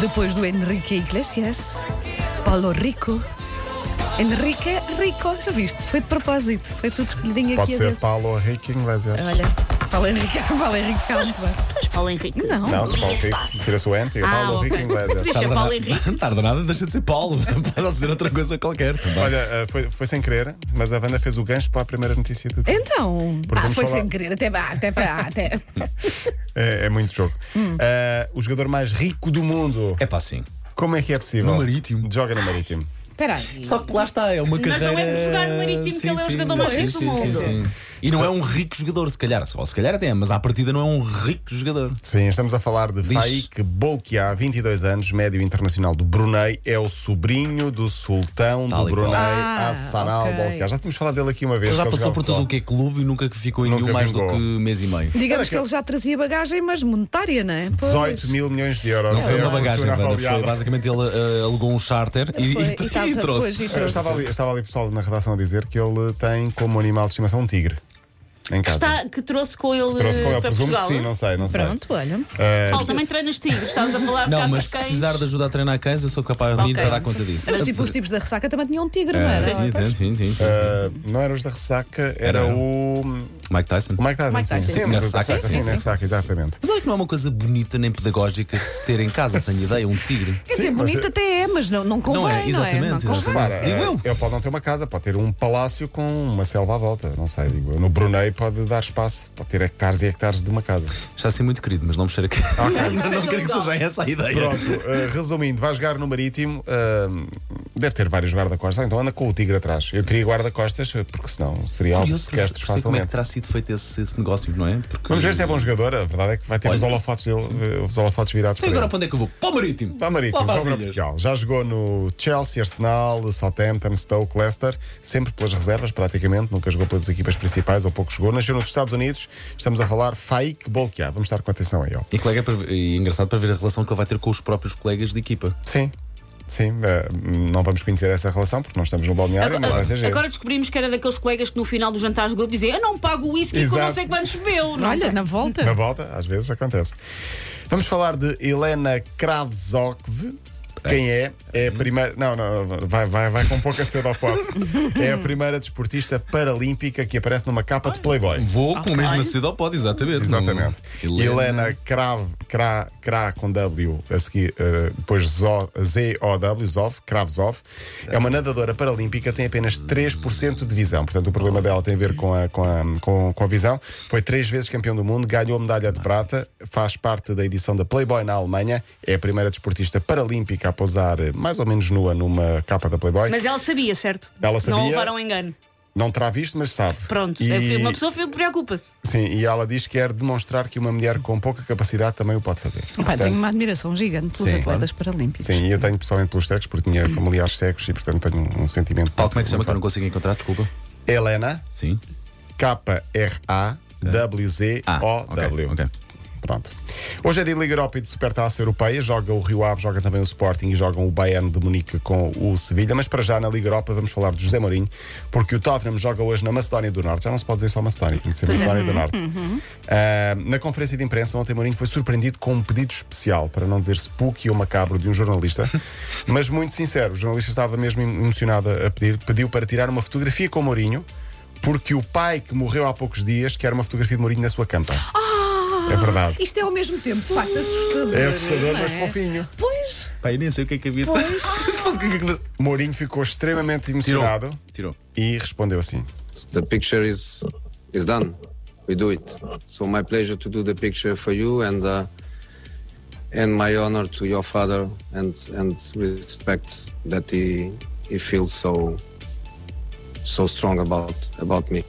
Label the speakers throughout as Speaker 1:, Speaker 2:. Speaker 1: Depois do Enrique Iglesias, Paulo Rico. Enrique Rico, já viste? Foi de propósito, foi tudo escolhidinho
Speaker 2: Pode
Speaker 1: aqui a
Speaker 2: ser
Speaker 1: dedo.
Speaker 2: Paulo Henrique Iglesias.
Speaker 1: Olha, Paulo Henrique, Paulo Henrique ficava muito bem.
Speaker 3: Mas Paulo Henrique.
Speaker 1: Não,
Speaker 2: Não, se Paulo Henrique, tira-se o N, fica
Speaker 3: Ah,
Speaker 2: Paulo
Speaker 3: ok.
Speaker 2: Henrique Iglesias.
Speaker 3: Podia ser
Speaker 4: Tarda
Speaker 3: Paulo
Speaker 4: na-
Speaker 3: Henrique.
Speaker 4: Tarda nada, deixa de ser Paulo. Pode ser outra coisa qualquer. também.
Speaker 2: Olha, eh, foi, foi sem querer, mas a Wanda fez o gancho para a primeira notícia do dia.
Speaker 1: Então,
Speaker 2: Porque
Speaker 1: ah,
Speaker 2: vamos
Speaker 1: foi
Speaker 2: falar-
Speaker 1: sem querer, até pá, até pá, até.
Speaker 2: É, é muito jogo.
Speaker 1: Hum.
Speaker 2: Eh, o jogador mais rico do mundo.
Speaker 4: É pá, sim.
Speaker 2: Como é que é possível?
Speaker 4: No Marítimo.
Speaker 2: Joga no Marítimo.
Speaker 1: Espera aí.
Speaker 4: Só que lá está, é
Speaker 3: não
Speaker 4: uma
Speaker 3: é
Speaker 4: carreira.
Speaker 3: por jogar no Marítimo que ele é o jogador mais rico do mundo.
Speaker 4: E não é um rico jogador, se calhar. Ou se calhar até, é, mas à partida não é um rico jogador.
Speaker 2: Sim, estamos a falar de
Speaker 4: Diz.
Speaker 2: Faik Bolkiah, 22 anos, médio internacional do Brunei, é o sobrinho do sultão
Speaker 4: Tal
Speaker 2: do
Speaker 4: e qual.
Speaker 2: Brunei,
Speaker 1: Ah,
Speaker 2: Hassan
Speaker 1: ok.
Speaker 2: al-Bolkiah. Já tínhamos falado dele aqui uma vez.
Speaker 4: Ele já
Speaker 2: que ele
Speaker 4: passou
Speaker 2: jogava
Speaker 4: por tudo o que é clube e nunca ficou em
Speaker 2: Nunca
Speaker 4: nenhum mais do
Speaker 2: vingou.
Speaker 4: que mês e meio.
Speaker 1: Digamos que ele já trazia bagagem, mas monetária, não é? Pois.
Speaker 2: 18 mil milhões de euros.
Speaker 4: Não um foi
Speaker 2: É
Speaker 4: uma
Speaker 2: a
Speaker 4: bagagem,
Speaker 2: fortuna
Speaker 4: Wanda, foi
Speaker 2: avaliada.
Speaker 4: basicamente ele eh, alugou um charter e,
Speaker 1: Foi,
Speaker 4: e-
Speaker 1: e tava-
Speaker 4: e trouxe.
Speaker 1: pois, e
Speaker 2: É, Eu
Speaker 1: trouxe.
Speaker 2: estava ali, eu estava ali pessoal na redação a dizer que ele tem como animal de estimação um tigre em casa.
Speaker 3: Está, que trouxe com ele, eh,
Speaker 2: Trouxe com ele,
Speaker 3: para
Speaker 2: presumo que
Speaker 3: Portugal.
Speaker 2: sim, não é? sei, não sei.
Speaker 1: Pronto, olha.
Speaker 2: Eh,
Speaker 3: Paulo, também treinas tigres. Estás a falar de
Speaker 4: Não,
Speaker 3: gatos,
Speaker 4: mas se
Speaker 3: cães.
Speaker 4: precisar de ajuda a treinar cães, eu sou capaz de ir
Speaker 3: Ok.
Speaker 4: para dar conta disso.
Speaker 1: Mas tipo, os tipos da ressaca também tinham um tigre, não
Speaker 4: É,
Speaker 1: era?
Speaker 4: sim,
Speaker 1: Pois.
Speaker 4: sim, sim, sim, sim.
Speaker 2: eh, não era os da ressaca, era,
Speaker 4: Era.
Speaker 2: o.
Speaker 4: Mike Tyson.
Speaker 2: O Mike Tyson.
Speaker 1: Mike Tyson.
Speaker 2: Sim, sim,
Speaker 4: Na
Speaker 2: os da
Speaker 4: ressaca,
Speaker 2: ressaca,
Speaker 4: sim,
Speaker 2: sim,
Speaker 4: sim,
Speaker 2: na ressaca, exatamente.
Speaker 4: Mas olha que não é uma coisa bonita nem pedagógica de se ter em casa, tenho ideia, um tigre.
Speaker 1: Quer dizer,
Speaker 2: Sim, mas
Speaker 1: bonito
Speaker 2: eu-
Speaker 1: até é, mas não, não convém, não é?
Speaker 4: exatamente,
Speaker 1: Não convém.
Speaker 4: exatamente.
Speaker 2: Repara,
Speaker 4: Digo
Speaker 2: eh,
Speaker 4: eu.
Speaker 2: Ele pode não ter uma casa, pode ter um palácio com uma selva à volta. Não sei, digo eu. No Brunei pode dar espaço, pode ter hectares e hectares de uma casa.
Speaker 4: Está a ser muito querido, mas não me cheira que. não não quero que seja essa a ideia.
Speaker 2: Pronto, eh, resumindo, vai jogar no Marítimo, eh, deve ter vários guarda-costas, Ah, então anda com o tigre atrás. Eu teria guarda-costas, porque senão seria algo de
Speaker 4: Curioso
Speaker 2: sequestros
Speaker 4: perceber como é que
Speaker 2: facilmente.
Speaker 4: terá sido feito esse, esse negócio, não é? Porque-
Speaker 2: Vamos ver se é bom jogador, a verdade é que vai ter os
Speaker 4: Olha,
Speaker 2: holofotes, dele, eh, os holofotes virados
Speaker 4: Então
Speaker 2: para
Speaker 4: agora
Speaker 2: ele.
Speaker 4: para é. onde é que eu vou? Para o Marítimo.
Speaker 2: Vá Marítimo,
Speaker 4: Lá para
Speaker 2: vá
Speaker 4: as
Speaker 2: para
Speaker 4: ilhas.
Speaker 2: Portugal. Já jogou no Chelsea, Arsenal, Southampton, Stoke, Leicester, sempre pelas reservas praticamente, nunca jogou pelas equipas principais ou pouco jogou. Nasceu nos Estados Unidos, estamos a falar Faik Bolkiah, vamos estar com atenção a ele.
Speaker 4: E, colega, para ver- e engraçado para ver a relação que ele vai ter com os próprios colegas de equipa.
Speaker 2: Sim, sim, eh, não vamos conhecer essa relação porque não estamos no balneário, mas vai ser
Speaker 3: Agora,
Speaker 2: giro.
Speaker 3: agora descobrimos que era daqueles colegas que no final do jantar do grupo diziam eu não pago o whisky como não
Speaker 2: Exato. é?
Speaker 3: sei quantos bebeu. Não.
Speaker 1: Olha, na volta.
Speaker 2: Na volta, às vezes acontece. Vamos falar de Helena Kravzokv. Quem é? É a primeira. Não, não, não, vai, vai, vai com pouca cedo ao pote. É a primeira desportista paralímpica que aparece numa capa de Playboy.
Speaker 4: Vou com o mesmo acedo ao pódio, exatamente.
Speaker 2: Ah,
Speaker 4: é
Speaker 2: Exatamente.
Speaker 4: Não-
Speaker 2: Helena Krav, Kra, Kra com W, a seguir, eh, depois Zo- Z-O-W, Zov, Kravzov, é uma nadadora paralímpica, tem apenas 3% de visão. Portanto, o problema dela tem a ver com a, com a, com, com a visão. Foi três vezes campeão do mundo, ganhou a medalha de prata, faz parte da edição da Playboy na Alemanha, é a primeira desportista paralímpica a posar eh, mais ou menos nua numa capa da Playboy.
Speaker 3: Mas ela sabia, certo?
Speaker 2: Ela
Speaker 3: Não
Speaker 2: sabia.
Speaker 3: levaram engano.
Speaker 2: Não terá visto, mas sabe.
Speaker 3: Pronto,
Speaker 2: E-
Speaker 3: é, uma pessoa preocupa-se.
Speaker 2: Sim, e ela diz que quer demonstrar que uma mulher com pouca capacidade também o pode fazer.
Speaker 1: Pá, tenho uma admiração gigante pelos
Speaker 2: Sim,
Speaker 1: atletas paralímpicos.
Speaker 2: Sim, e eu tenho pessoalmente pelos cegos, porque tinha familiares cegos e, portanto, tenho um, um sentimento.
Speaker 4: Paulo, como é que se chama
Speaker 2: muito
Speaker 4: que eu não consigo encontrar? Desculpa.
Speaker 2: forte. Helena,
Speaker 4: Sim.
Speaker 2: K-R-A-W-Z-O-W.
Speaker 4: Ah, ok, ok.
Speaker 2: Pronto. Hoje é dia de Liga Europa e de Supertaça Europeia. Joga o Rio Ave, joga também o Sporting e jogam o Bayern de Munique com o Sevilha. Mas para já na Liga Europa vamos falar de José Mourinho, porque o Tottenham joga hoje na Macedónia do Norte. Já não se pode dizer só Macedónia, tem que ser Macedónia do Norte. Ah, na conferência de imprensa ontem Mourinho foi surpreendido com um pedido especial, para não dizer spooky ou macabro, de um jornalista. mas muito sincero, o jornalista estava mesmo emocionado a pedir, pediu para tirar uma fotografia com o Mourinho, porque o pai que morreu há poucos dias quer uma fotografia de Mourinho na sua cama. é verdade.
Speaker 1: Isto é ao mesmo tempo, de facto, assustador.
Speaker 2: É assustador,
Speaker 1: não
Speaker 2: mas
Speaker 1: é?
Speaker 2: fofinho.
Speaker 1: Pois,
Speaker 4: Pai, nem sei o que é que havia.
Speaker 2: Mourinho ficou extremamente
Speaker 4: é Tirou.
Speaker 2: emocionado
Speaker 4: Tirou.
Speaker 2: e respondeu assim:
Speaker 5: the picture is is done. We do it. So my pleasure to do the picture for you and uh, and my honor to your father and and respect that he he feels so so strong about about me.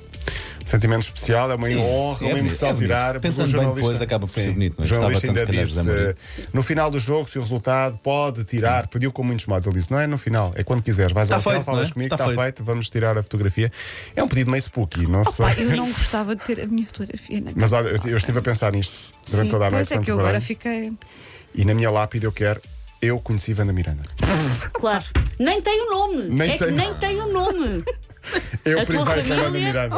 Speaker 2: Sentimento especial, é uma
Speaker 4: Sim,
Speaker 2: honra,
Speaker 4: sim, é
Speaker 2: uma
Speaker 4: bonito,
Speaker 2: emoção
Speaker 4: é bonito.
Speaker 2: tirar. porque
Speaker 4: Pensando
Speaker 2: o
Speaker 4: bem
Speaker 2: jornalista-
Speaker 4: depois, acaba por ser
Speaker 2: Sim,
Speaker 4: bonito, não é?
Speaker 2: O jornalista
Speaker 4: Gostava
Speaker 2: ainda
Speaker 4: tanto, se
Speaker 2: disse:
Speaker 4: calhar, José
Speaker 2: no final do jogo, se o resultado pode tirar, pediu com muitos modos. Ele disse: não é no final, é quando quiseres. Vais
Speaker 4: Está
Speaker 2: ao final,
Speaker 4: feito, não
Speaker 2: falas
Speaker 4: é?
Speaker 2: comigo,
Speaker 4: Está
Speaker 2: está
Speaker 4: feito.
Speaker 2: feito, vamos tirar a fotografia. É um pedido meio spooky, não sei.
Speaker 1: Pá, eu não gostava de ter a minha fotografia na
Speaker 2: Mas olha, eu- eu estive a pensar nisto durante
Speaker 1: Sim,
Speaker 2: toda a noite.
Speaker 1: Pois é
Speaker 2: tanto
Speaker 1: que eu
Speaker 2: bem.
Speaker 1: agora fiquei.
Speaker 2: E na minha lápide eu quero. Eu conheci Wanda Miranda.
Speaker 3: Claro. Nem tem o nome.
Speaker 2: Nem
Speaker 3: é
Speaker 2: tem.
Speaker 3: que nem tem o nome.
Speaker 2: Eu
Speaker 3: A tua
Speaker 2: privei foi Wanda
Speaker 3: família?
Speaker 2: Miranda.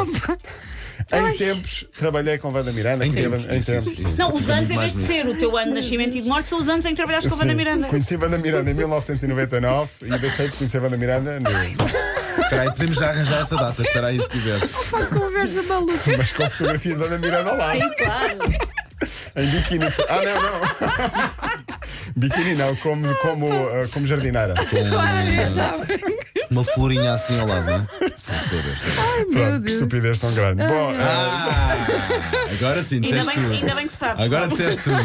Speaker 2: Em tempos, trabalhei com Wanda Miranda.
Speaker 4: Em
Speaker 2: que teve-
Speaker 4: tempos, isso, isso, isso.
Speaker 3: Não, os
Speaker 4: Muito
Speaker 3: anos, em
Speaker 4: mais
Speaker 3: vez de ser o teu ano de nascimento e de morte, são os anos em que trabalhaste com a Vanda
Speaker 2: Sim.
Speaker 3: Miranda.
Speaker 2: Conheci Wanda Miranda em 1999 e deixei de conhecer Wanda Miranda no-
Speaker 4: Espera aí, podemos já arranjar essa data. Espera aí, se quiseres.
Speaker 1: Uma conversa maluca.
Speaker 2: mas com a fotografia de Wanda Miranda ao lado,
Speaker 3: Sim, claro.
Speaker 2: em biquíni. Ah, não, não. biquíni não, como, como, ah, como jardineira.
Speaker 4: Uma florinha assim ao lado, não é? Estou a ver, estou a ver.
Speaker 1: Ai, meu
Speaker 2: Pronto, que
Speaker 1: Deus.
Speaker 2: estupidez tão grande. Bom, ah,
Speaker 4: Ah, agora sim,
Speaker 3: Ainda
Speaker 4: disseste
Speaker 3: bem-
Speaker 4: tudo.
Speaker 3: ainda bem que sabes.
Speaker 4: Agora disseste tudo.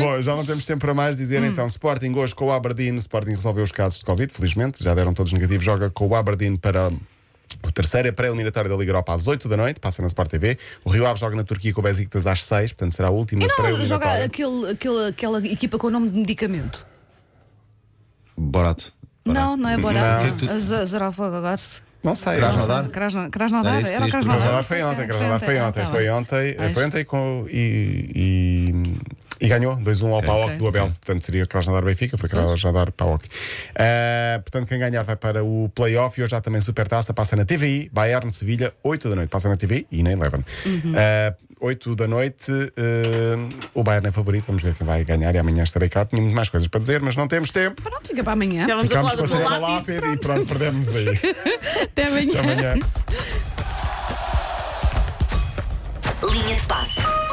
Speaker 2: Bom, já não temos tempo para mais
Speaker 1: Hum.
Speaker 2: dizer então. Sporting hoje com o Aberdeen. O Sporting resolveu os casos de Covid, felizmente. Já deram todos negativos. Joga com o Aberdeen para. O terceiro é pré-eliminatório da Liga Europa às 8 da noite, passa na Sport TV. O Rio Ave joga na Turquia com o Besiktas às 6, portanto será a última
Speaker 1: Não, joga
Speaker 2: pré-eliminatória.
Speaker 1: aquele, aquele, aquela equipa com o nome de medicamento.
Speaker 4: Borato.
Speaker 1: Não, não é Borá.
Speaker 4: O que é que tu-
Speaker 1: Zarafagagars.
Speaker 2: Não sei.
Speaker 4: Krasnodar?
Speaker 1: Krasnodar.
Speaker 4: Era isso,
Speaker 1: Era o Krasnodar.
Speaker 4: triste,
Speaker 2: Krasnodar foi ontem,
Speaker 1: Foi
Speaker 2: Krasnodar foi
Speaker 1: ontem,
Speaker 2: ontem.
Speaker 1: ah, tá
Speaker 2: Foi
Speaker 1: bem.
Speaker 2: ontem, eh,
Speaker 1: Pois.
Speaker 2: foi ontem com, e, e, e ganhou 2-1 ao PAOC
Speaker 1: Ok.
Speaker 2: do Abel. Portanto, seria Krasnodar Benfica, foi Krasnodar PAOC. Ah, portanto, quem ganhar vai para o playoff e hoje já também Supertaça, passa na TVI, Bayern Sevilha, 8 da noite. Passa na TVI e na Eleven.
Speaker 1: Uhum.
Speaker 2: Ah, 8 da noite, ah, o Bayern é favorito, vamos ver quem vai ganhar e amanhã estarei cá. Tinha muito mais coisas para dizer, mas não temos tempo.
Speaker 1: Pronto, fica para amanhã.
Speaker 3: Já vamos
Speaker 2: Ficámos
Speaker 3: a
Speaker 2: com a
Speaker 3: falar
Speaker 2: Serena
Speaker 3: do teu
Speaker 2: Lápide
Speaker 3: lápide.
Speaker 2: e pronto, perdemos aí.
Speaker 1: Até amanhã.
Speaker 2: Até amanhã.
Speaker 6: Linha de passe.